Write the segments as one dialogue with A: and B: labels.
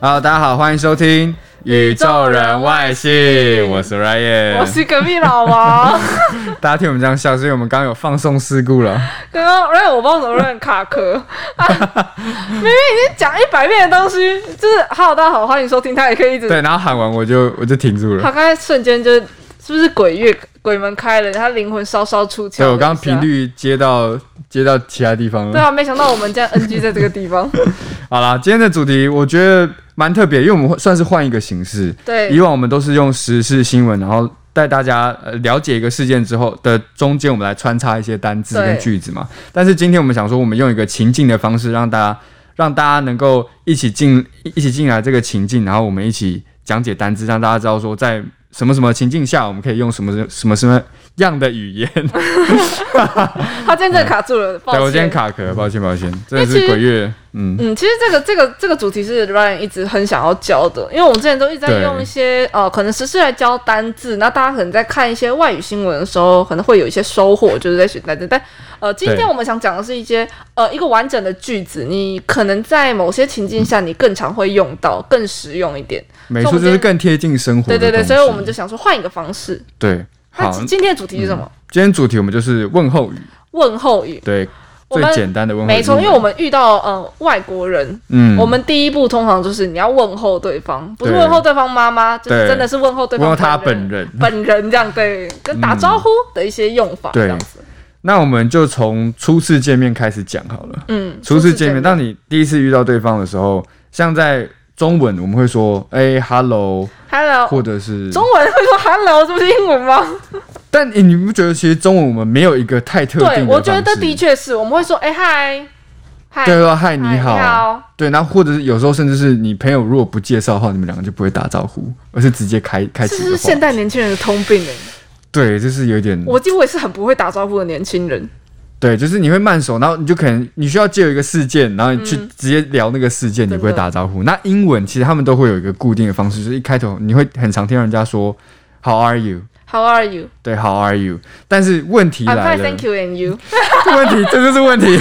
A: Hello，大家好，欢迎收听《宇宙人外星》，我是 Ryan，
B: 我是隔壁 老王。
A: 大家听我们这样笑，是因为我们刚刚有放送事故 了。
B: 刚刚，哎，我不知道怎么乱卡壳、啊，明明已经讲一百遍的东西，就是 “Hello，大家好，欢迎收听”，他也可以一直。
A: 对，然后喊完我就我就停住
B: 他
A: 了。
B: 刚才瞬间就是，是不是鬼月鬼门开了，他灵魂稍稍出窍。
A: 对，我刚刚频。率接到接到其他地方
B: 对
A: 了。
B: 啊，没想到我们这样 NG 在这个地 方。
A: 好啦，今天的主题我觉得蛮特别，因为我们算是换一个形式。
B: 对
A: 以，往我们都是用时事新闻，然后带大家呃了解一个事件之后的中间，我们来穿插一些单字
B: 对
A: 跟句子嘛。但是今天我们想说，我们用一个情境的方式，让大家让大家能够一起进一起进来这个情境，然后我们一起讲解单字，让大家知道说在什么什么情境下，我们可以用什么什么什么样的语言。
B: 他今天真的卡住了，抱
A: 对
B: 歉。
A: 我今天卡壳，抱歉抱歉，真的
B: 因为其
A: 是
B: 实
A: 鬼月，嗯。
B: 嗯，其实这个这个这个主题是 Ryan 一直很想要教的，因为我们之前都一直在
A: 对
B: 用一些呃，可能实事来教单字，那大家可能在看一些外语新闻的时候，可能会有一些收获，就是在学单字。但呃，今
A: 对
B: 天我们想讲的是一些呃一个完整的句子，你可能在某些情境下你更常会用到，更实用一点。
A: 没
B: 所以我
A: 错，
B: 们
A: 就是
B: 今天
A: 更贴近生活
B: 对
A: 的东
B: 对
A: 西。
B: 对，所以我们就想说换一个方式。
A: 对。
B: 那
A: 好，今
B: 今天的主题是什么？
A: 天主题我们就是问候语，
B: 问候语。
A: 对，
B: 我
A: 最
B: 们
A: 简单的问候语。
B: 没错，因为我们遇到呃外国人，
A: 嗯，
B: 我们第一步通常就是你要问候对方，不是
A: 对
B: 问候对方妈妈，就是
A: 对
B: 真的是问候对
A: 问
B: 方
A: 候他本
B: 本人
A: 人。嗯
B: 本人这样对，跟打招呼的一些用法
A: 对
B: 这样子。
A: 那我们就从初次见面开始讲好了。
B: 嗯，
A: 初次见面，当你第一次遇到对方的时候，像在中文我们会说“哎、hello”，
B: hello，
A: 或者是
B: 哦中文会说 hello，这不是英文吗？
A: 但、欸、你不觉得其实中文我们没有一个太特
B: 对，
A: 定的
B: 我觉得
A: 方式
B: 的确是，我们会说哎嗨嗨，
A: 对
B: 嗨
A: 说嗨你
B: 你
A: 好，
B: 好，
A: 对，然后或者是有时候甚至是你朋友如果不介绍的话，你们两个就不会打招呼，而是直接开开
B: 这
A: 启
B: 是
A: 一个话
B: 现。代年轻人的通病哎。
A: 对，就是有点
B: 我几乎也是很不会打招呼的年轻人，
A: 对，就是你会慢手，然后你就可能你需要借由一个事件，然后你去直接聊那个事件，你
B: 嗯真的
A: 不会打招呼。那英文其实他们都会有一个固定的方式，就是一开头你会很常听到人家说 “How are you”，
B: How are you?
A: 对，“How are you”，但是问题
B: I'm
A: 来
B: fine,
A: 了，
B: thank you, and you。
A: 问题这就是问题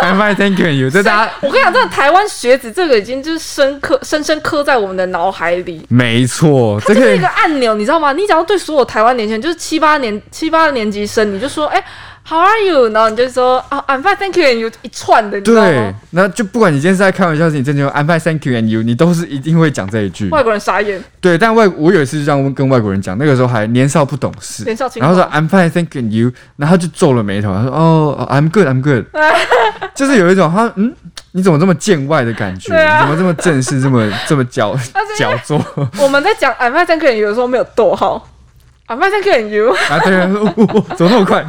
A: ，“I'm fine, thank you”，and you 这大家
B: 我跟你讲，这台湾学子这个已经就是深刻、深深刻在我们的脑海里。
A: 没错，这
B: 这就是
A: 个
B: 一个按钮，你知道吗？你只要对所有台湾年轻人，就是七八年、七八年级生，你就说，哎、h o w are you？然后你就说，啊、i m fine，thank you，and you 一串的，你知道
A: 对
B: 吗？，
A: 那就不管你今天是在开玩笑，还是你真的用 “I'm fine, thank you”，and you，你都是一定会讲这一句。
B: 外国人傻眼，
A: 对，但外我有一次就这样跟外国人讲，那个时候还年少不懂事，
B: 年少轻
A: 然后
B: 狂
A: 说 I'm fine, thank you，然后他就皱了眉头，他说哦，I'm good, I'm good，就是有一种他嗯，你怎么这么见外的感觉？
B: 对
A: 你
B: 啊
A: 怎么这么正式，这么这么矫矫作？
B: 我们在讲 I'm fine，thank you，and you 的时候没有逗号。I'm fine, thank you, and you。
A: 然后对方说、哦哦怎么那么快？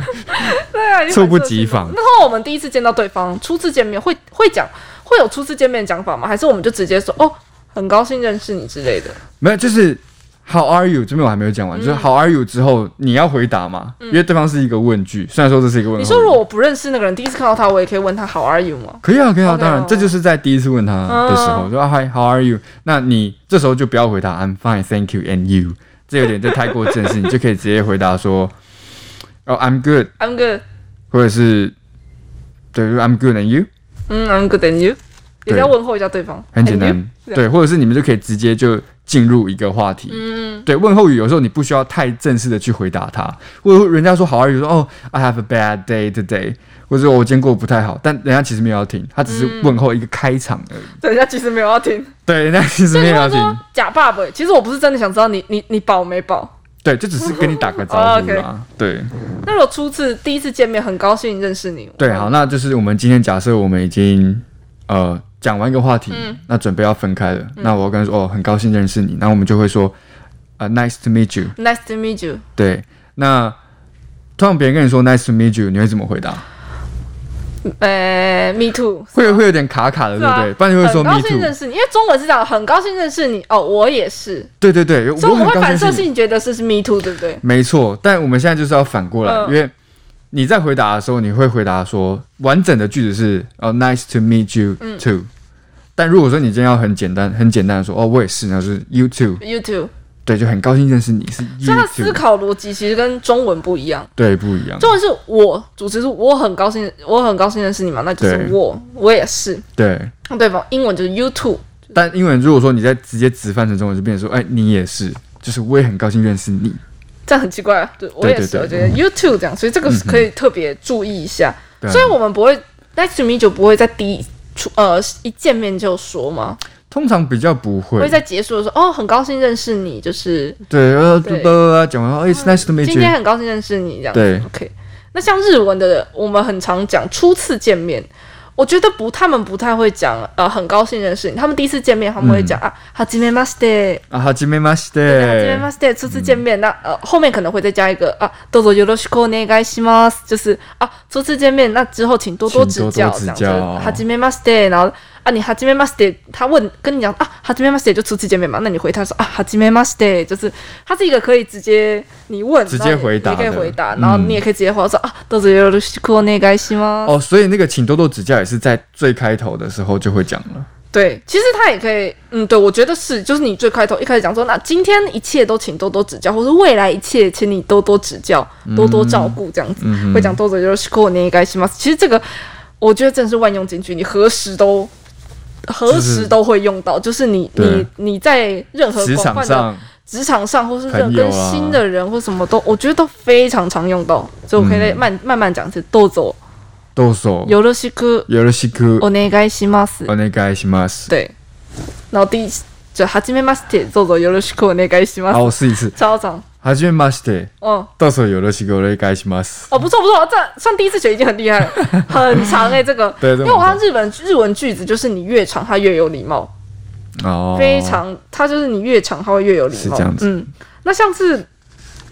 B: 对啊，已经
A: 猝不
B: 反射
A: 及
B: 性了
A: 防
B: 那后来我们第一次见到对方，初次见面会会讲会有初次见面的讲法吗？还是我们就直接说哦，很高兴认识你之类的？
A: 没有，就是 How are you？这边我还没有讲完，就是
B: 嗯
A: How are you 之后你要回答嘛，因为对方是一个问句，虽然说这是一个问
B: 你
A: 句。
B: 说如果我不认识那个人，第一次看到他，我也可以问他 How are you 吗？
A: 可以啊，可以啊，
B: OK
A: 当然，
B: 哦
A: 这就是在第一次问他的时候，
B: 嗯
A: 说啊 Hi, how are you？那你这时候就不要回答 I'm fine, thank you, and you，这有点就太过正式，你就可以直接回答说哦 I'm good，
B: I'm good，
A: 或者是对就是 I'm good and you，
B: 嗯，I'm good and you，
A: 对
B: 也是要问候一下对方，
A: 很简
B: and you，
A: 单，
B: 对
A: 对，或者是你们就可以直接就进入一个话题，
B: 嗯，
A: 对，问候语有时候你不需要太正式的去回答他，或者人家说 How are you？说哦 I have a bad day today，或者说我今天过得不太好，但人家其实没有要听，他只是
B: 嗯
A: 问候一个开场而已，
B: 人家其实没有要听，
A: 对，人家其实
B: 所
A: 没
B: 以
A: 有
B: 他
A: 要听。
B: 说假爸爸，其实我不是真的想知道你你你饱没饱。
A: 对，就只是跟你打个招呼啦。
B: 哦，OK
A: 对
B: 那如果初次第一次见面，很高兴认识你，
A: 对，好，那就是我们今天假设我们已经呃讲完一个话题，
B: 嗯
A: 那准备要分开了，那我跟他说哦，很高兴认识你，那我们就会说呃，nice to meet you。
B: ，Nice to meet you，
A: 对，那通常别人跟你说 nice to meet you，你会怎么回答？
B: 呃，me too，
A: 会会有点卡卡的，
B: 是
A: 对不
B: 吧
A: 对？不然就会说 me
B: 很高兴
A: too
B: 认。识你，因为中文是这样，很高兴认识你。哦，我也是，
A: 对对对，
B: 所以我
A: 很
B: 们会
A: 高
B: 反
A: 兴
B: 射
A: 认识你。
B: 性觉得是是 me too，对不对？
A: 没错，但我们现在就是要反过来，
B: 嗯
A: 因为你在回答的时候，你会回答说完整的句子是哦、n i c e to meet you
B: 嗯
A: too、但如果说你今天要很简单、很简单的说哦，我也是，那就是 you too，
B: you too，
A: 对，就很高兴认识你，是
B: 所
A: you
B: 以他的思
A: too，
B: 考逻辑其实跟中文不一样。
A: 对，不一样，
B: 中文是我主持是我很高兴，我很高兴认识你嘛，那就是
A: 对
B: 我，我也是。
A: 对。
B: 那对方英文就是 you too，
A: 但英文如果说你再直接直翻成中文，就变成说，哎、你也是，就是我也很高兴认识你。
B: 这样很奇怪啊。对，我也是，
A: 对
B: 我觉得 you too 这样，所以这个是可以特别注意一下。
A: 对啊
B: 所以我们不会 next to me 就不会在第一出呃一见面就说嘛，
A: 通常比较不会
B: 会，在结束的时候哦，很高兴认识你，就是
A: 对，呃，
B: 对
A: 呃，讲完，哦，It's nice to meet
B: 今天
A: you，
B: 很高兴认识你这样。
A: 对
B: ，OK。那像日文的，我们很常讲初次见面，我觉得不，他们不太会讲呃，很高兴认识你。他们第一次见面，他们会讲、啊，はじめまして，
A: 啊，はじめまし
B: 对，はじめ
A: て
B: ま，して，初次见面。那呃，后面可能会再加一个啊，どうぞよろしくお願いします，就是啊，初次见面，那之后请多多
A: 请
B: 指
A: 多多
B: 教，
A: 指
B: 这样
A: 教
B: 就是はじめまして，然后啊，你はじめまして，他问跟你讲啊，はじめまして就初次见面嘛，那你回他说啊，はじめまして，就是它是一个可以直接你问，
A: 直接
B: 然后你
A: 回答
B: 你可以
A: 的
B: 回答，然后
A: 嗯
B: 你也可以直接回答说啊，どうぞよろしくお願いします。
A: 哦，所以那个请多多指教也是在最开头的时候就会讲了。
B: 对，其实他也可以，嗯，对，我觉得是，就是你最开头一开始讲说，那今天一切都请多多指教，或是未来一切，请你多多指教，
A: 嗯
B: 多多照顾这样子，会讲多多よろしくお願いします。其实这个，我觉得真的是万用金句，你何时都。何时都会用到，就是你
A: 对
B: 你你在任何
A: 职
B: 广
A: 场
B: 泛的
A: 上，
B: 职场上，或是任
A: 朋
B: 何
A: 友啊
B: 跟新的人或什么都，我觉得都非常常用到，所以我可以再
A: 嗯
B: 慢、慢慢讲一次。どうぞ
A: どうぞ
B: よろしく
A: よろしく
B: お願いします。
A: お願いします。
B: 哦对，然后第一就はじめまして、どうぞよろしくお願いします。
A: 好，我试一次。
B: 超长，
A: はじめまして、
B: 嗯，
A: どうぞよろしくお願いします。
B: 哦，不错不错，这算第一次学已经很厉害 了，很长哎、这个。
A: 对，
B: 因
A: 这
B: 为我看
A: 么
B: 日本日文句子，就是你越长，它越有礼貌，
A: 哦，
B: 非常，它就是你越长，它会越有礼貌。
A: 是这样子
B: 嗯，那像是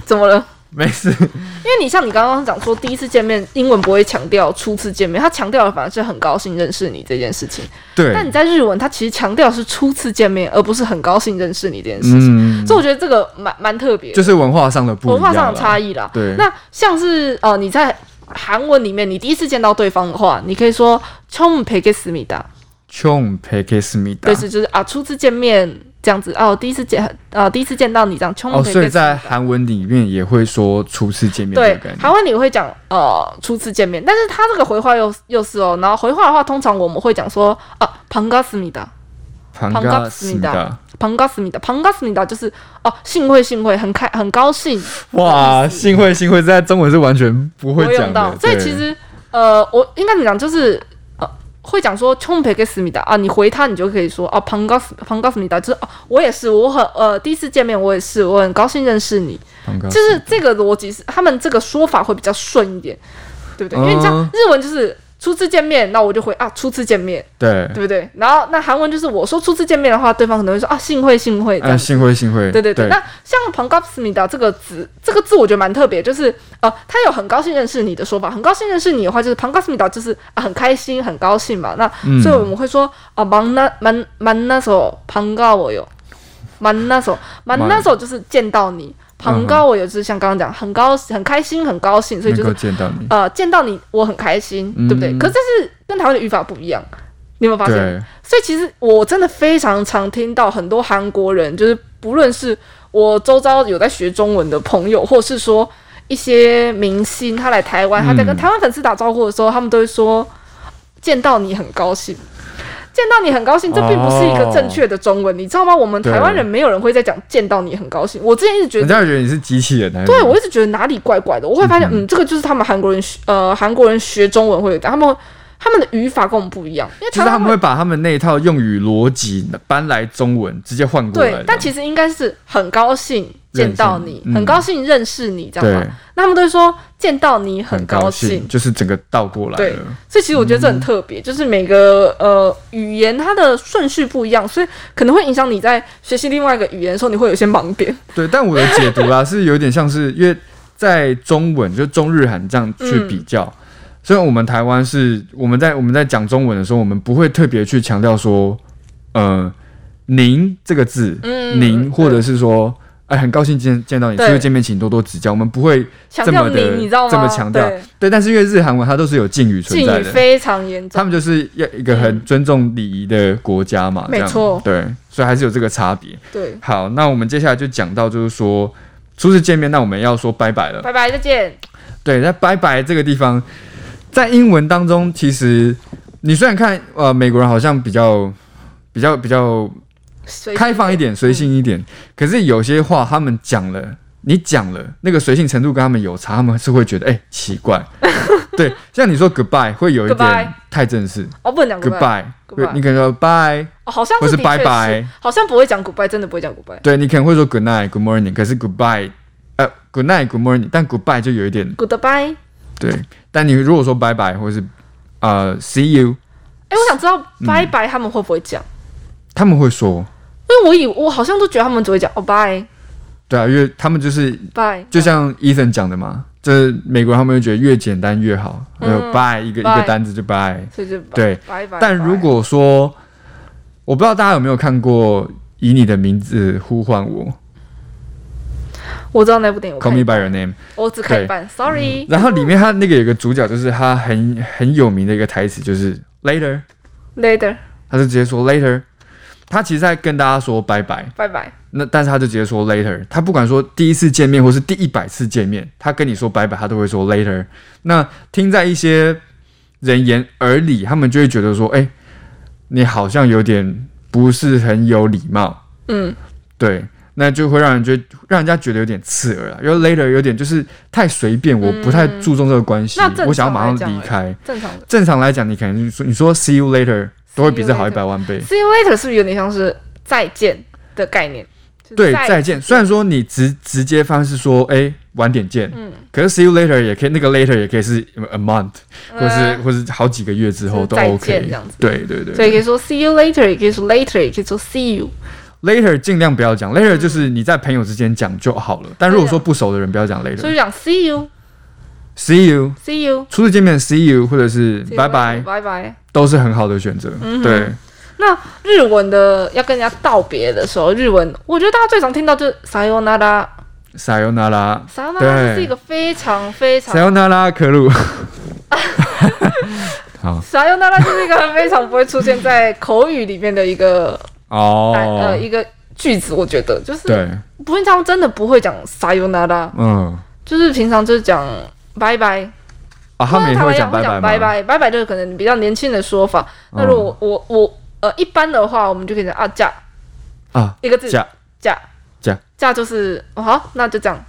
B: 怎么了？
A: 没事，
B: 因为你像你刚刚讲说，第一次见面，英文不会强调初次见面，它强调的反而是很高兴认识你这件事情。
A: 对
B: 但，你在日文，它其实强调的是初次见面，而不是很高兴认识你这件事情。
A: 嗯，
B: 所以我觉得这个蛮蛮特别的，
A: 就是文化上的不一
B: 文
A: 样啦，
B: 化上的差异啦。
A: 对
B: 那像是呃，你在韩文里面，你第一次见到对方的话，你可以说“처음뵙겠습니다
A: 啊 총 백했습니다
B: 对，是就是啊，初次见面这样子哦，第一次见呃，第一次见到你这样“처음
A: 哦，
B: 뵙
A: 所
B: 겠습니
A: 以
B: 다
A: 在韩文里面也会说初次见面的
B: 对
A: 感，觉。
B: 韩文里会讲呃初次见面，但是他这个回话又又是哦，然后回话的话，通常我们会讲说啊반갑습니다，
A: 庞
B: 반갑습니다
A: 嘎
B: 반갑습니다，반갑습니다就是哦、幸会幸会，很开很高兴，
A: 哇，幸会幸会，在中文是完全不会
B: 会
A: 讲
B: 用到
A: 的。，
B: 所以
A: 对
B: 其实呃，我应该怎么讲，就是呃，会讲说 c h o m p e g e s m i d a 啊，你回他，你就可以说哦 pangas pangas m i d a 就是哦，我也是，我很呃，第一次见面我也是，我很高兴认识你，
A: 庞嘎
B: 就是这个逻辑是他们这个说法会比较顺一点，对不对？因为你像
A: 嗯
B: 日文就是。初次见面，那我就回啊，初次见面，
A: 对，
B: 对不对？然后那韩文就是我说初次见面的话，对方可能会说啊，幸会幸会这
A: 啊，
B: 样子。
A: 幸会幸会，
B: 对对对，那像 p a n g a p s m i d a 这个字，这个字我觉得蛮特别，就是呃，他有很高兴认识你的说法，很高兴认识你的话，就是 p a n g a p s m i d a 就是啊很开心很高兴嘛。那、
A: 嗯
B: 所以我们会说啊，만나만만나서반가워요，만나서만나서就是见到你，
A: 嗯
B: 반가워요就是像刚刚讲很高很开心很高兴，所以
A: 能
B: 就
A: 够
B: 是
A: 见到你，
B: 呃见到你我很开心，对不对？
A: 嗯
B: 可是这是跟台湾的语法不一样，你有没有发现？
A: 对，
B: 所以其实我真的非常常听到很多韩国人，就是不论是我周遭有在学中文的朋友，或是说一些明星，他来台湾，他在
A: 嗯
B: 跟台湾粉丝打招呼的时候，他们都会说见到你很高兴。见到你很高兴，这并不是一个正确的中文，你知道吗？我们台湾人没有人会在讲见到你很高兴。我之前一直觉
A: 人
B: 得，
A: 家会觉得你是机器人，啊
B: 对我一直觉得哪里怪怪的。我会发现，嗯，这个就是他们韩国人学，呃，韩国人学中文会有，他们他们的语法跟我们不一样，因为
A: 就
B: 台
A: 是
B: 湾
A: 他
B: 会
A: 们会把他们那一套用语逻辑搬来中文，直接换过来
B: 对
A: 的。，
B: 但其实应该是很高兴见到你
A: 认识，你嗯
B: 很高兴认识你，这样
A: 对嗯
B: 吗？那他们都会说见到你很
A: 很
B: 高
A: 高
B: 兴
A: 兴，，就是整个倒过来
B: 对
A: 了。
B: 所以其实我觉得这很特别，就是每个呃语言它的顺序不一样，所以可能会影响你在学习另外一个语言的时候，你会有一些盲点。
A: 对，但我的解读啊，是有点像是因为在中文，就中日韩这样去比较，虽然我们台湾是我们在我们在讲中文的时候，我们不会特别去强调说，呃，您这个字，
B: 嗯
A: 您，
B: 嗯
A: 或者是说，哎，很高兴见见到你，
B: 对
A: 这次见面请多多指教。我们不会
B: 强
A: 这
B: 调
A: 么
B: 你
A: 的，
B: 你知道吗
A: 这么强调
B: 对，
A: 对。但是因为日韩文它都是有敬语存
B: 敬
A: 在
B: 语
A: 的，
B: 非常严
A: 他们
B: 重。
A: 就是要一个很尊重礼仪的国家嘛，
B: 没
A: 这样
B: 错
A: 对，所以还是有这个差别。
B: 对，
A: 好，那我们接下来就讲到就是说。初次见面，那我们要说拜拜了。
B: 拜拜，再见。
A: 对，在拜拜这个地方，在英文当中，其实你虽然看呃美国人好像比较比较比较
B: 随
A: 开放一点、随性一点，可是有些话他们讲了，你讲了，那个随性程度跟他们有差，他们是会觉得哎、奇 怪。对，像你说 goodbye 会有一
B: Goodbye
A: 点太正式
B: 哦，不能讲 goodbye，
A: ，goodbye，
B: Goodbye
A: 对你可能说 bye，
B: 哦好像
A: 或是
B: 是的确
A: bye bye
B: 是好像不会讲 goodbye，真的不会讲 goodbye。
A: 对你可能会说 good night，good morning，可是 goodbye，呃，good night，good morning，但 goodbye 就有一点
B: goodbye。
A: 对，但你如果说拜拜或是呃 see you，
B: 哎，我想知道
A: 嗯
B: 拜拜他们会不会讲？
A: 他们会说，
B: 因为我以我好像都觉得他们只会讲哦拜
A: 对啊，因为他们就是
B: 拜，
A: 就像 Ethan 讲的嘛，就是美国人他们就觉得越简单越好，
B: 嗯
A: 呃、拜一个一
B: 拜
A: 个单子就拜。
B: 所以就
A: 对
B: 拜拜。
A: 但如果说，我不知道大家有没有看过《以你的名字呼唤我
B: 我知道那部电影，我
A: Call
B: 看
A: Me 嗯 by Your Name》，
B: 我只看一半，sorry。
A: 然后里面他那个有个主角，就是他很很有名的一个台词，就是 Later，
B: later，
A: 他就直接说 Later，他其实在跟大家说拜拜。
B: 拜拜。
A: 那但是他就直接说 later，他不管说第一次见面或是第一百次见面，他跟你说拜拜，他都会说 later。那听在一些人言耳里，他们就会觉得说，哎、你好像有点不是很有礼貌，
B: 嗯，
A: 对，那就会让人觉让人家觉得有点刺耳啊，因为 later 有点就是太随便，我不太注重这个关系
B: 那正，常
A: 我想要马上离开。
B: 正常的。
A: 正常来讲，你可能就说你说 see you later 都会比这好一百万倍。
B: see you later 是不是有点像是再见的概念？就是
A: 对，再见。虽然说你直直接方式说，哎、晚点见，
B: 嗯
A: 可是 see you later 也可以，那个 later 也可以是 a month，、或是
B: 嗯
A: 或是好几个月之后
B: 是
A: 都
B: 再
A: OK
B: 见这样子
A: 对对
B: 所以
A: 对
B: 可以说 see you later，也可以说 later，也可以说 see you。
A: ，later 尽量不要讲，later
B: 嗯
A: 就是你在朋友之间讲就好了。但如果说不熟的人不要讲
B: 啊所以
A: later，see
B: 就讲 see you，see
A: you，
B: you，
A: 初次见面 see you 或者是
B: see you
A: 拜拜
B: 拜嗯拜。
A: 都是很好的选择。对，
B: 那日文的要跟人家道别的时候，日文我觉得大家最常听到就是 sayonara。
A: sayonara。
B: sayonara
A: 对
B: 就是一个非常非常
A: Sayonara，可鲁，
B: sayonara 就是一个非常不会出现在口语里面的一个单、
A: 哦
B: 呃，一个句子，我觉得就是
A: 对，
B: 不平常真的不会讲 sayonara，
A: 嗯，
B: 就是平常就是讲拜拜，
A: 啊，他们也
B: 台
A: 会
B: 湾
A: 讲
B: 会
A: 拜
B: 讲
A: 拜
B: 拜
A: 吗？哦
B: 拜，拜拜就是可能比较年轻的说法。那如果我我我呃一般的话，我们就可以讲啊假
A: 啊，
B: 一个字
A: 假
B: 假
A: 假
B: 假就是哦好，那就这样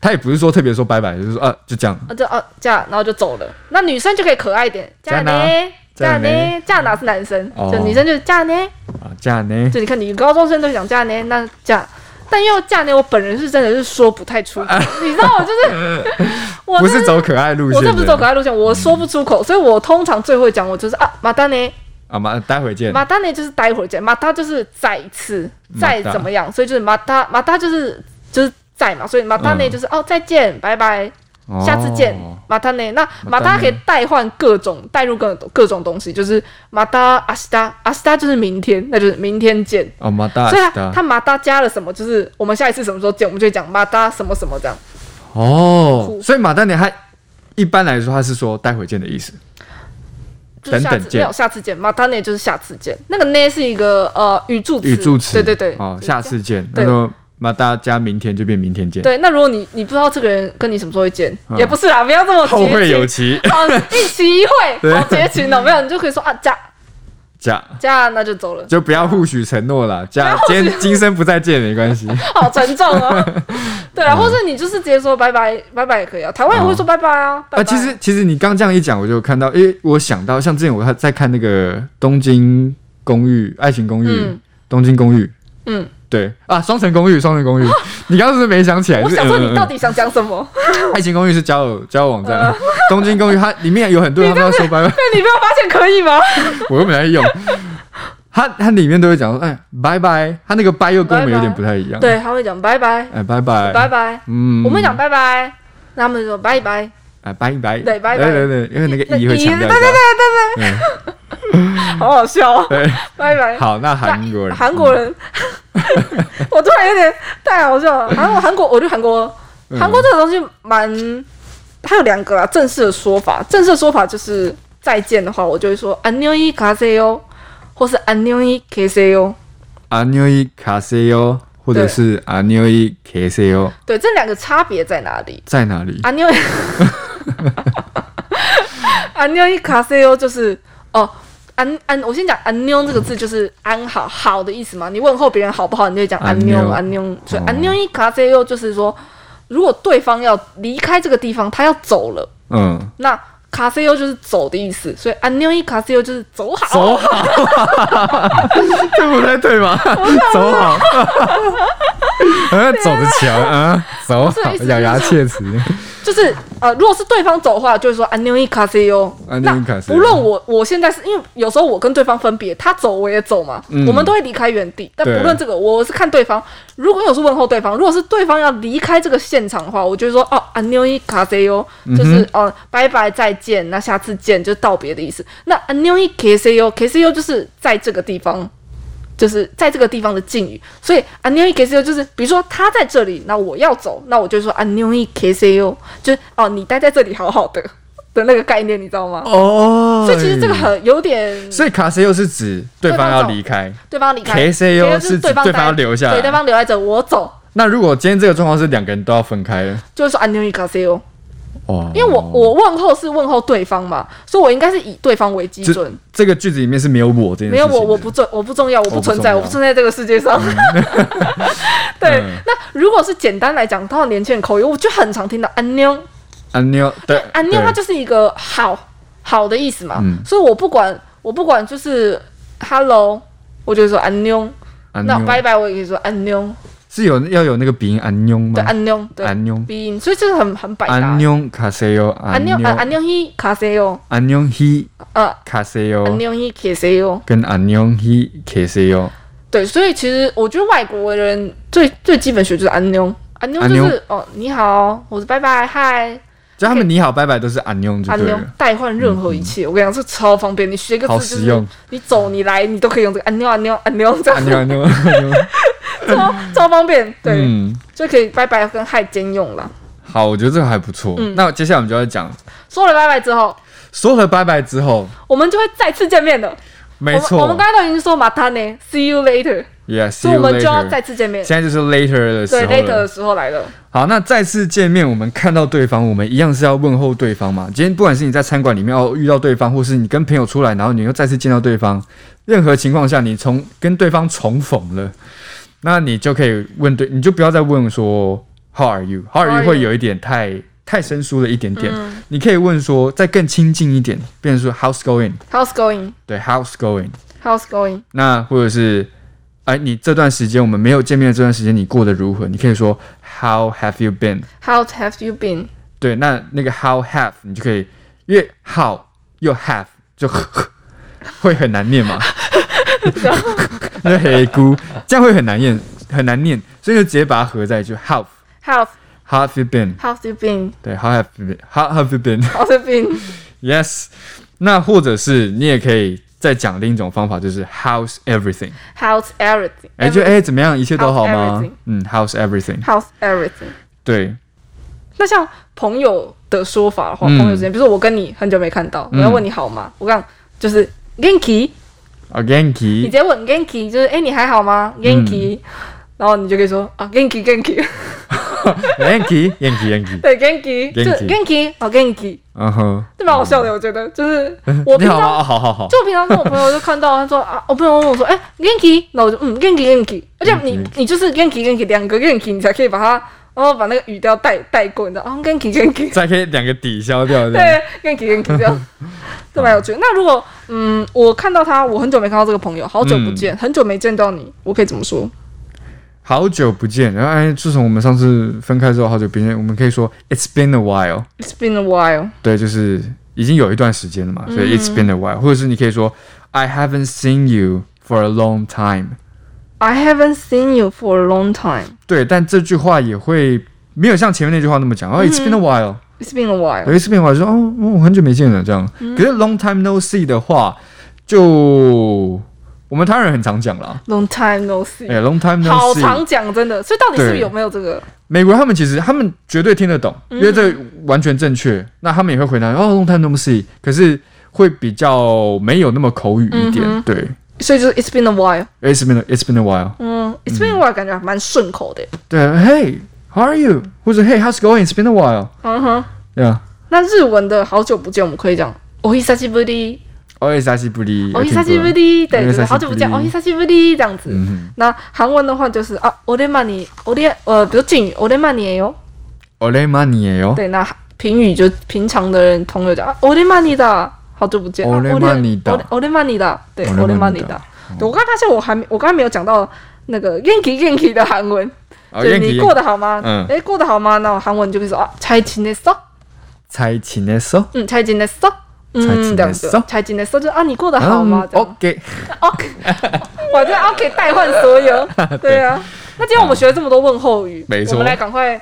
A: 他也不是说特别说拜拜，就是说啊，就这样。
B: 啊就啊假，然后就走了。那女生就可以可爱一点，
A: 假
B: 假
A: 呢
B: 呢
A: 假
B: 假
A: 呢
B: 呢假哪是男生，
A: 哦
B: 就女生就是假呢，
A: 啊，这样呢？
B: 就你看你高中生都讲假呢，那假。但要假呢，我本人是真的是说不太出口， 你知道我就是，我
A: 不
B: 真的
A: 是走可爱路线
B: 我
A: 的。
B: 这不是走可爱路线，我说不出口，所以我通常最会讲我就是啊，马丹呢，
A: 啊嘛，待会见。
B: 马达呢就是待会儿见，马达就是再一次，再
A: 马达
B: 怎么样，所以就是马达，马达就是就是再嘛，所以马达呢
A: 嗯
B: 就是、哦再见，拜拜，
A: 哦
B: 下次见，马达呢。那
A: 马
B: 马
A: 达
B: 达
A: 呢
B: 可以代换各种代入各各种东西，就是马达阿西达阿西达就是明天，那就是明天见。
A: 哦，马达
B: 所以
A: 达
B: 他他马达加了什么，就是我们下一次什么时候见，我们就会讲马达什么什么这样。
A: 哦，所以马达尼他一般来说他是说待会见的意思。
B: 就是下
A: 等
B: 次
A: 等见
B: 没有下次见，马达呢就是下次见。那个呢是一个呃语助词，
A: 语助词。
B: 对对对，
A: 哦，
B: 就是
A: 下次见。
B: 对
A: 那说马达加明天就变明天见。
B: 对，那如果你你不知道这个人跟你什么时候会见，
A: 嗯
B: 也不是啦，不要这么
A: 后会
B: 绝
A: 有
B: 情，
A: 期。
B: 好一期一会，
A: 对
B: 好绝情哦，没有，你就可以说啊，加
A: 加
B: 加那就走 了，
A: 就不要互许承诺了，加今天今生不再见没关系。
B: 好沉重 哦。对
A: 嗯
B: 啊，或者你就是直接说拜拜，拜拜也可以啊，台湾也会说拜拜啊，拜
A: 啊，
B: 拜
A: 其实其实你刚这样一讲，我就看到，因为我想到像之前我在看那个《东京公寓》《爱情公寓》
B: 嗯
A: 东京公寓》，
B: 嗯，
A: 对啊，《双城公寓》《双城公 寓》，你刚刚是不是没想起来？
B: 我
A: 是
B: 想说你到
A: 嗯
B: 底嗯想讲什么？
A: 嗯嗯爱情公寓》是交友交友网站，东京公寓》它里面有很多人他们要 说拜拜，
B: 那你没有发现可以吗？
A: 我又没在用。它它里面都会讲说，哎，拜拜，它那个拜又跟我们有点不太一样。，
B: 对，他会讲拜拜，
A: 哎，拜拜，
B: 拜拜，
A: 嗯，
B: 我们讲拜拜，那他们就说拜拜，
A: 啊，拜拜，
B: 对拜拜
A: 对对对，因为那个
B: 那
A: 一会强调一
B: 对对
A: 下。
B: 好好笑哦，
A: 对，
B: 拜拜。
A: 好，那韩国人，嗯
B: 韩国人， 我突然有点太好笑啊了。韩国，韩国，我对韩国，
A: 嗯
B: 韩国这个东西蛮，它有两个啊，正式的说法。正式的说法就是再见的话，我就会说
A: 嗯
B: 안녕히가세요，或是안녕히계세요。
A: 阿妞伊卡西欧，或者
B: 对
A: 是阿妞伊卡西欧
B: 对，这两个差别在哪里？
A: 在哪里？
B: 안녕，안녕히가세요就是哦。安安，我先讲安妞这个字就是安好好的意思嘛。你问候别人好不好，你就会讲安妞
A: 安妞
B: 安妞。所以
A: 哦
B: 安妞一卡塞又就是说，如果对方要离开这个地方，他要走了，
A: 嗯，
B: 那卡塞又就是走的意思。所以安妞一卡塞又就是走好。
A: 走好，这不太对 吧？走好，呃，走得起来，啊，走
B: 不
A: 好
B: 是意思，
A: 咬牙切齿，
B: 就是呃，如果是对方走的话，就会说安妞一卡西哟。
A: 安妞啊
B: 那
A: 一卡西哟
B: 不论我我现在是因为有时候我跟对方分别，他走我也走嘛，
A: 嗯
B: 我们都会离开原地。但
A: 对
B: 不论这个，我是看对方，如果有是问候对方，如果是对方要离开这个现场的话，我就会说哦安妞一卡西哟，
A: 嗯
B: 就是哦、呃拜拜再见，那下次见就是道别的意思。那安妞一卡西哟，卡西哟就是在这个地方。就是在这个地方的敬语，所以安妞伊 K C O 就是，比如说他在这里，那我要走，那我就说安妞伊 K C O，就是哦，你待在这里好好的 的那个概念，你知道吗？
A: 哦，
B: 所以其实这个很有点
A: 所以卡西欧是指对方要离开。
B: 对方离开
A: KCO
B: 就是
A: 嗯指
B: 对方
A: 对方
B: 待
A: 要留下来
B: 对，对方留在这，我走，
A: 那如果今天这个状况是两个人都要分开了，
B: 就是说安妞伊 K C O，
A: 哦，
B: 因为我我问候是问候对方嘛，所以我应该是以对方为基
A: 这
B: 准，
A: 这个句子里面是没有我这件事情的，嗯
B: 没有我，我不重，我不重要，我
A: 我
B: 不
A: 不
B: 存在，
A: 重要
B: 我不存在这个世界上。 对，
A: 嗯
B: 那如果是简单来讲，到年轻人口语，我就很常听到啊安妞，
A: 安妞，对，
B: 安啊妞它
A: 对
B: 就是一个好好的意思嘛，
A: 嗯
B: 所以我不管我不管就是 hello，我就说安妞，
A: 安
B: 那
A: 妞
B: 拜拜我也可以说安妞，
A: 嗯是有要有那个鼻音安妞吗？
B: 对安妞，对
A: 安妞
B: 鼻音，所以这个很很百搭。
A: 安妞卡西欧，
B: 安
A: 安
B: 妞
A: 妞
B: 呃安妞嘿卡西哟，
A: 安妞嘿
B: 呃
A: 卡西欧
B: 安，妞嘿卡西哟，
A: 跟安妞嘿卡西欧，
B: 对，所以其实我觉得外国人最最基本学就是安妞，安妞就
A: 安
B: 是哦你好，我是拜拜嗨，
A: 就他们你好拜拜都是安妞就
B: 安
A: 对
B: 妞
A: 了，嗯
B: 代换任何一切，我跟你讲这超方便，你学一个
A: 好
B: 字就
A: 实
B: 是
A: 用，
B: 你走你来你都可以用这个安妞安妞安妞这样
A: 安妞安妞，安妞
B: 超超方便， 对，
A: 嗯，
B: 就可以拜拜跟嗨兼用了。
A: 好，我觉得这个还不错。
B: 嗯
A: 那接下来我们就要讲
B: 说了拜拜之后，
A: 说了拜拜之后，
B: 我们就会再次见面的。
A: 没错，
B: 我们我们刚才都已经说马他呢，see you later，
A: yes，
B: 所
A: see
B: 以
A: you
B: 我们就要
A: later
B: 再次见面。
A: 现在就是 later 的时
B: 对
A: 候
B: ，later
A: 了
B: 的时候来了。
A: 好，那再次见面，我们看到对方，我们一样是要问候对方嘛。今天不管是你在餐馆里面哦遇到对方，或是你跟朋友出来，然后你又再次见到对方，任何情况下你重跟对方重逢了，那你就可以问对，你就不要再问说 How are you？How are
B: How
A: you 嗯
B: are
A: 会
B: you？
A: 有一点太太生疏了一点点。你可以问说再更亲近一点，变成说 How's going？
B: How's going？How's
A: 对，How's going？
B: going？
A: 那或者是，哎，你这段时间我们没有见面的这段时间，你过得如何？你可以说 How have you been？
B: How have you been？
A: 对，那那个 How have 你就可以，因为 How 又 have 就 会很难 念嘛，那黑姑这样会很难念，很难念，所以就直接把它合在一起就 How
B: How
A: How have you been？
B: How's you been？
A: 对，How have you been？How have you been？
B: How's you been？
A: Yes，那或者是你也可以再讲另一种方法，就是 How's everything？
B: How's everything？
A: 哎、就哎、怎么样，一切都
B: How's
A: 好吗
B: everything？
A: 嗯，How's everything？
B: How's everything？
A: 对，
B: 那像朋友的说法的话，
A: 嗯
B: 朋友之间，比如说我跟你很久没看到，我要问你好吗？我讲就是 Genki。
A: 啊
B: 你直
A: Genki，
B: 接问 Genki，就是哎、诶你还好吗？Genki，、然
A: 嗯
B: 后你就可以说啊 Genki Genki，
A: Genki，Genki Genki，
B: 对
A: Genki
B: Genki，就是 Genki 哦 Genki，
A: 嗯哼，
B: 这蛮好笑的，我觉得就是我
A: 你
B: 平
A: 好
B: 常
A: 吗？哦好好好，
B: 就我平常跟我朋友就看到他说啊，我朋友问我说哎、Genki，那我就嗯 Genki Genki，而且你
A: Genki
B: 你就是 Genki Genki 两个 Genki，你才可以把它然后把那个语调带带过，你知道啊 Genki Genki。
A: 再可以两个抵消掉这样。
B: 对，跟 K 跟 K 这样，这蛮有趣的。那如果嗯，我看到他，我很久没看到这个朋友，好久不
A: 嗯
B: 见，很久没见到你，我可以怎么说？
A: 好久不见，然后哎，自从我们上次分开之后，好久不见，我们可以说 It's been a while，
B: It's been a while。
A: 对，就是已经有一段时间了嘛，
B: 嗯
A: 所以 It's been a while，或者是你可以说 I haven't seen you for a long time，
B: I haven't seen you for a long time。嗯
A: 对，但这句话也会没有像前面那句话那么讲，哦，It's been a while，
B: It's been a while。
A: 有一次变化就说哦，我很久没见了这样。
B: 嗯
A: 可是 long time no see 的话，就我们台湾人很常讲啦，
B: Long time no see，、
A: 哎、l o n g time
B: 好
A: no see，
B: 常讲，真的。所以到底是不是
A: 对
B: 有没有这个？
A: 美国他们其实他们绝对听得懂，
B: 嗯
A: 因为这完全正确。那他们也会回答哦，long time no see，可是会比较没有那么口语一点。
B: 嗯哼
A: 对
B: 所以就是 It's been a while。
A: ，it's been a, it's been a while。
B: 嗯，It's been a while，感觉还蛮顺口的。
A: 对，Hey，how are you？或者 Hey，how's going？It's been a while。
B: 嗯哼。
A: 对啊，
B: 那日文的好久不见，我们可以讲 Oh, he's such a buddy。
A: 哦，也是不离，
B: 哦，
A: 有
B: 久
A: 听
B: しぶ
A: 过。
B: り，对，
A: 久
B: 就是
A: しぶり
B: 好久不见，哦，久しぶり这样子。
A: 嗯
B: 那韩文的话就是啊，我的 money，我的呃，比如敬语，我的 money 哟。
A: 哼，Ole money 哟
B: 对，那平语就平常的人朋友讲啊，我的 money 的，好久不见，
A: 俺のマニだ
B: 我的 money 的，对，
A: 俺
B: 我
A: の
B: 的
A: マ
B: money
A: ニだ
B: 的。对我刚才发现我还没，我刚才没有讲到那个 yanky yanky 的韩文，
A: 哦，
B: 就是
A: 元
B: 你
A: 気
B: 过得好吗？
A: 嗯
B: 哎，过得好吗？那韩文就可以说啊，잘지냈어？
A: 才请的手。
B: 嗯，잘지냈어？
A: 잘
B: 嗯，
A: 지냈어 음, 어?
B: 这样子，잘 아, 지냈어就是啊，你过得好吗？这样
A: 嗯 OK，
B: OK，我这 OK 代换 所有，
A: 네.
B: 对啊。那
A: 어.
B: 今天我们学了这么多问候语，
A: 没错
B: 我们来赶快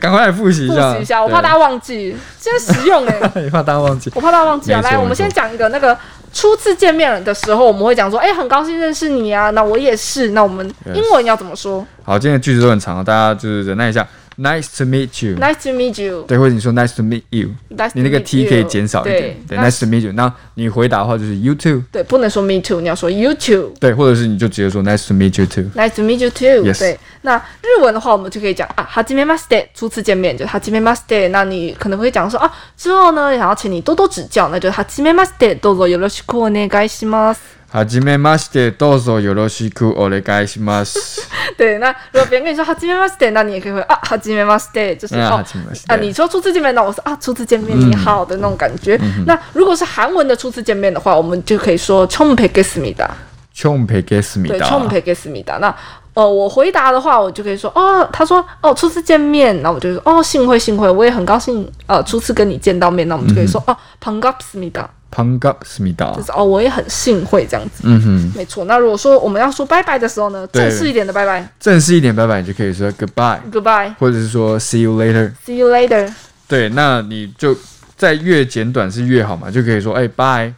A: 赶快来复习一
B: 复
A: 下。
B: 习一下，我怕大家忘记，今天实用哎、
A: 家怕大家忘记。
B: 我怕大家忘记啊。
A: 没错
B: 来，我
A: 没
B: 们
A: 错
B: 先讲一个那个初次见面的时候，我们会讲说，哎、很高兴认识你啊，那我也是，那我们
A: Yes
B: 英文要怎么说
A: 好，今天的句子都很长，大家就是忍耐一下。Nice to meet you。
B: ？Nice to meet you，
A: 对，或者你说 Nice to meet you，
B: Nice to
A: 你那个
B: meet
A: T
B: you
A: 可以减少一点。对
B: 对那
A: ，Nice to meet you。那你回答的话就是 You too。
B: 对，不能说 me too，你要说 you too。
A: 对，或者是你就直接说 Nice to meet you too。
B: Nice to meet you too。
A: Yes
B: 对，那日文的话，我们就可以讲啊，はじめまして，初次见面就はじめまして。那你可能会讲说啊，之后呢，想要请你多多指教，那就はじめまして，どうぞよろしくお願いします。
A: はじめまして、どうぞよろしくお願いし ます。
B: 对，那如果别人跟你说はじめまして，那你也可以回啊，はじめまして，就是
A: 啊
B: 哦
A: はじめまして
B: 啊，你说初次见面，那我说啊，初次见面你好的那种感觉。那如果是韩文的初次见面的话，我们就可以说처음뵙겠습니다。
A: ちょんぺけすみ
B: 对，
A: だ。
B: 처음뵙겠습니다。那呃，我回答的话，我就可以说哦，他说哦，初次见面，那我就说哦，幸会幸会，我也很高兴呃，初次跟你见到面，那我们就可以说、哦，반갑습니다，
A: パンガすみだ
B: 就。是哦，我也很幸会这样子。
A: 嗯哼，
B: 没错，那如果说我们要说拜拜的时候呢，
A: 对
B: 正式一点的拜拜
A: 正式一点，拜拜，你就可以说 Goodbye，
B: ，Goodbye，See
A: 或者是说 See you later。
B: you later，Bye，
A: 对，那你就在越简短是越好嘛，就可以说哎、拜，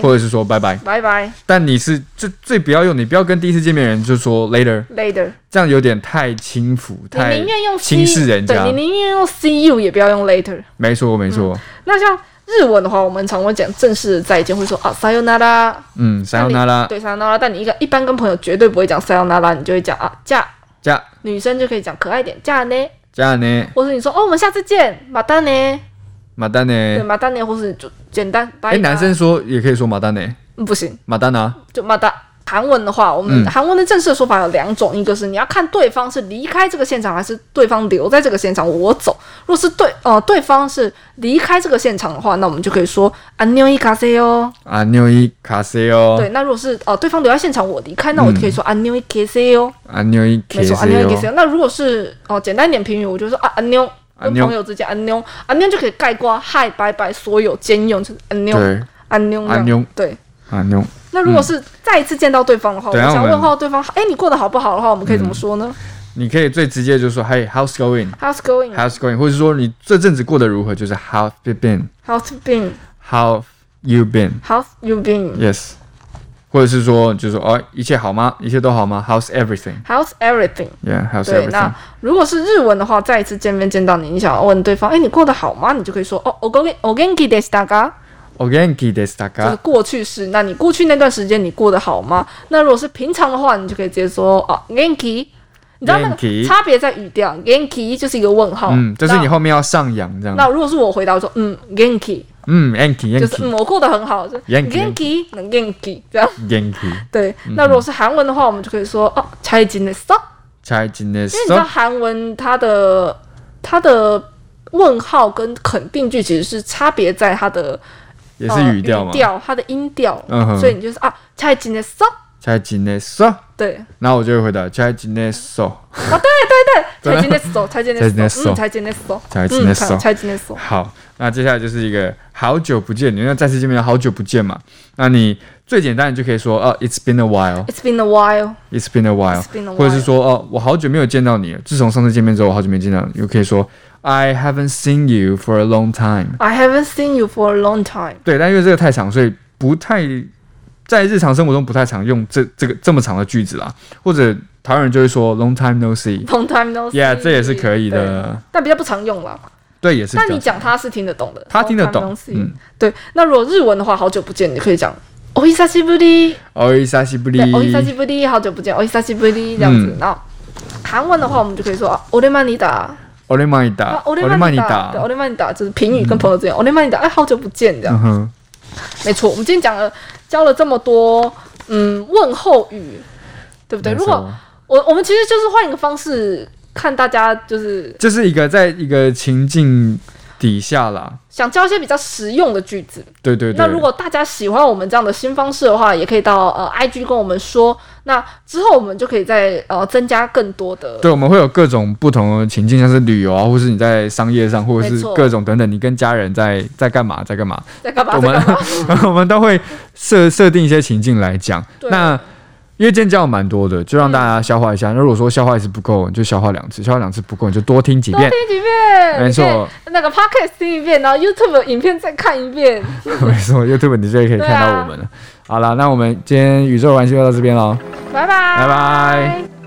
A: 或者是说拜拜。
B: 拜拜
A: 但你是就最不要用，你不要跟第一次见面的人就说 later，
B: later，
A: 这样有点太轻浮，
B: 你
A: 太
B: 宁愿用 see，
A: 轻视人家
B: 对。你宁愿用 see you 也不要用 later。
A: 没错，没错。
B: 那像日文的话，我们常会讲正式的再见，会说啊，sayonara，
A: 嗯，さよなら。
B: 对，撒拉，但你一个一般跟朋友绝对不会讲撒拉拉，你就会讲啊嫁。
A: じゃ
B: 女生就可以讲可爱点嫁呢，
A: じゃあね、
B: 或是你说哦我们下次见马丹呢，
A: また
B: 对
A: ね。
B: 马丹呢，或是就简单拜
A: 哎、
B: 拜。
A: 男生说也可以说またね，
B: 嗯不行，
A: またな。
B: 就马丹。韩文的话，我
A: 嗯
B: 们韩文的正式说法有两种，一个是你要看对方是离开这个现场，还是对方留在这个现场，我走。若是对呃对方是离开这个现场的话，那我们就可以说안녕히가세요。
A: あにょいかせよ
B: 哦对，。那如果是呃对方留在现场，我离开，那我就可
A: 嗯
B: 以说안녕히계세요。
A: あにょい
B: 没
A: け
B: 错，啊安
A: せ
B: 妞
A: よ
B: 给。哦谁？那如果是哦，简单一点评语，我就说啊，安妞。
A: 安
B: 跟
A: 妞
B: 朋友之间安妞，安妞就可以概括嗨拜拜所有兼用，就是安妞
A: 对，啊
B: 安妞这样
A: 安妞
B: 对。
A: あにょ。
B: 那如果是再一次见到对方的话，我
A: 嗯对啊
B: 想
A: 我们嗯
B: 问候对方，哎，你过得好不好的话，我们可以怎么说呢
A: 你可以最直接就说 Hey, how's going?
B: ？How's going?
A: How's going? 或者说你这阵子过得如何？就是 How've you been?
B: How's been?
A: How you been?
B: How's you been?
A: Yes. 或者是说，就是说哦，一切好吗？一切都好吗？How's everything?
B: How's everything?
A: Yeah, how's
B: 对，那
A: everything?
B: 如果是日文的话，再一次见面见到你，你想要问对方，哎，你过得好吗？你就可 以说哦，おごげお元気ですか？
A: 啊お元気です
B: 就是
A: か？
B: 过去式。那你过去那段时间你过得好吗？那如果是平常的话，你就可以直接说啊 g a n k i 你知道那
A: Genki
B: 个差别在语调 g a n k i 就是一个问号。
A: 嗯，就是你
B: 那
A: 后面要上扬这样。
B: 哦那如果是我回答我说嗯 g a n k i
A: 嗯，Yankee
B: 就是、
A: Yankee
B: 嗯、我过得很好，就是 g a
A: Genki
B: n k i 能 g a n k i 这样。
A: Yankee，
B: 对，那如果是韩文的话，我们就可以说哦 c h i n e s
A: 才真的是
B: 因为你知道韩文它的它的问号跟肯定句其实是差别在它的
A: 也
B: 呃
A: 是语调嘛
B: 语，调它的音调，
A: 嗯哼
B: 所以你就是啊 c h i n e s
A: 才真的是。
B: 对。
A: 然后我就会回答才真的是，对
B: 才今天手，才今
A: 才今
B: 天
A: 天
B: 手，
A: 手
B: 嗯，才今天手，
A: 才今天手
B: 嗯才今天手。
A: 好，那接下来就是一个好久不见，你要再次见面，好久不见嘛？那你最简单的就可以说啊，It's been a while，It's
B: It's been a while.
A: been a while，
B: It's been a while.
A: 或者是说哦、我好久没有见到你了，自从上次见面之后，我好久没见到你，又可以说 I haven't seen you for a long time。
B: I haven't seen you for a long time.
A: 对，但因为这个太长，所以不太在日常生活中不太常用这这个这么长的句子啦。或者台湾人就会说 long time no see，yeah，
B: Long time no see.
A: 这也是可以的
B: 对，，但比较不常用啦。
A: 对，也是比较
B: 但
A: 长。
B: 你讲他是听得懂的，哦
A: 他听得
B: Long time
A: 懂
B: no，see
A: 嗯，
B: 对，那如果日文的话，好久不见，你可以讲哦お久しぶり，
A: お久しぶり
B: 对，哦お久しぶり，好久不见，お哦久しぶり这样子。
A: 嗯
B: 然后韩文的话，我们就可以说啊哦おれまにだ，
A: 俺まいだ
B: 啊，おれまにだ，对，おれまにだ就是平语跟朋友之间，おれまにだ，哎，好久不见这样
A: 嗯。哼，
B: 没错，我们今天讲了教了这么多，嗯，问候语，对不对？
A: 没
B: 如
A: 错
B: 果我我们其实就是换一个方式看大家，就是
A: 就是一个在一个情境底下啦，
B: 想教一些比较实用的句子。
A: 对对对。
B: 那如果大家喜欢我们这样的新方式的话，也可以到呃 IG 跟我们说。那之后我们就可以再呃增加更多的。
A: 对，我们会有各种不同的情境，像是旅游啊，或是你在商业上，或者
B: 没
A: 是
B: 错
A: 各种等等，你跟家人在在干嘛，在干嘛，
B: 在干嘛？
A: 我
B: 在
A: 们
B: 干嘛？
A: 我们都会设设定一些情境来讲。
B: 对
A: 那因为今天教蛮多的，就让大家消化一
B: 嗯
A: 下。那如果说消化一次不够，你就消化两次；消化两次不够，你就多听几
B: 多
A: 遍
B: 听。几遍，
A: 没
B: 你可
A: 错，
B: 以，那个 podcast 听一遍，然后 YouTube 影片再看一遍。
A: 没错，YouTube 你就可以
B: 啊
A: 看到我们了。好了，那我们今天宇宙玩具就到这边喽。
B: 拜拜，
A: 拜拜。